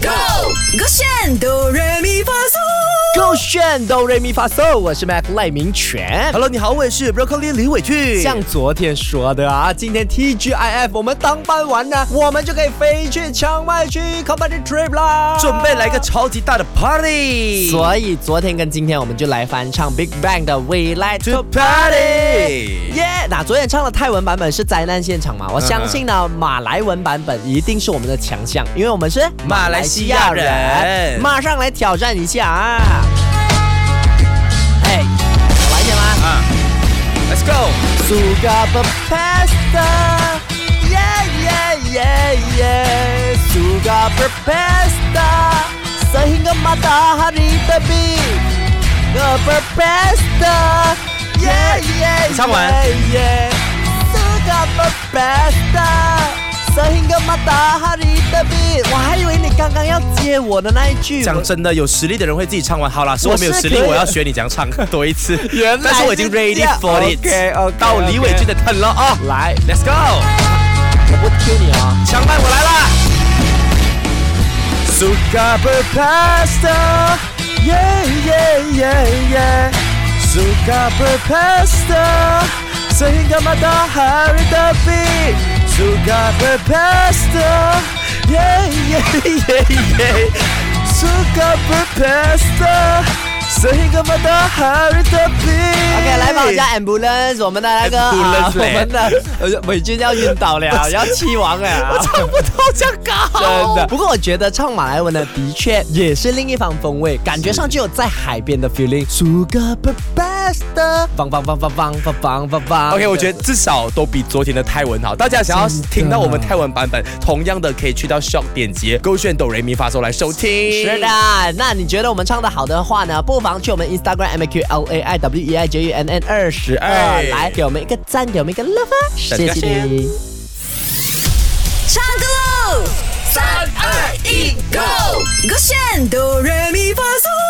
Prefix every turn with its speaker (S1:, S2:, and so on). S1: Go，
S2: 勾选哆来咪发嗦，
S1: 勾选哆瑞咪发嗦，我是 Mac 赖明全。
S3: Hello，你好，我是 Broccoli 李伟俊。
S1: 像昨天说的啊，今天 TGIF 我们当班完呢，我们就可以飞去墙外去 company trip 啦，
S3: 准备来个超级大的 party，
S1: 所以昨天跟今天我们就来翻唱 Big Bang 的《We Like to
S3: To
S1: Party》。
S3: party。
S1: 耶！那昨天唱的泰文版本是灾难现场
S3: 嗯
S1: 嘛？我相信呢，马来文版本一定是我们的强项，因为我们是
S3: 马来西亚人
S1: 马上来挑战一下啊！哎，我来先啦
S3: 啊，Let's go。
S1: ，Sugar b Pasta。耶耶耶耶，Sugar Pasta。Sehingga matahari terbit Super Pasta Yeah yeah
S3: 唱完
S1: yeah, yeah. Super Pasta Sehingga matahari terbit 我还以为你刚刚要接我的那一句
S3: 讲真的，有实力的人会自己唱完。好啦，是我没有实力，
S1: 我是可以
S3: 我要学你怎样唱多一次。
S1: 原来
S3: 但是我已经
S1: 是这
S3: ready
S1: 样
S3: for it。
S1: OK，OK，OK
S3: 到李伟俊的 turn 了啊
S1: 我来，
S3: ！Let's go。
S1: 我不 Q 你啊！
S3: 强麦我来啦！Sugar pasta, yeah yeah yeah yeah. Sugar pasta, sehingga matahari terbit. Sugar pasta, yeah yeah yeah yeah. Sugar pasta, sehingga matahari terbit.
S1: OK，来吧，我叫 ambulance，我们的那个 啊
S3: Ambulance
S1: 我
S3: 嘞
S1: 们的呃美军要晕倒了，要啊气亡了，我唱不到这高，真的。不过我觉得唱马来文的的确也是另一番风味，感觉上就有在海边的 feeling。Sugar best，棒棒棒棒棒棒棒棒棒。
S3: OK，我觉得至少都比昨天的泰文好。大家想要
S1: 真的
S3: 听到我们泰文版本，同样的可以去到 Shop 点击勾选哆来咪发嗦来收听。
S1: 是的，，那你觉得我们唱的好的话呢？不妨去我们 Instagram M A Q L A I W E I J U N N 二十二
S3: 哎
S1: 来给我们一个赞，给我们一个 love，啊谢
S3: 感
S1: 谢
S3: 谢
S1: 你。
S2: 唱歌喽！三二一，Go，勾选哆来咪发嗦。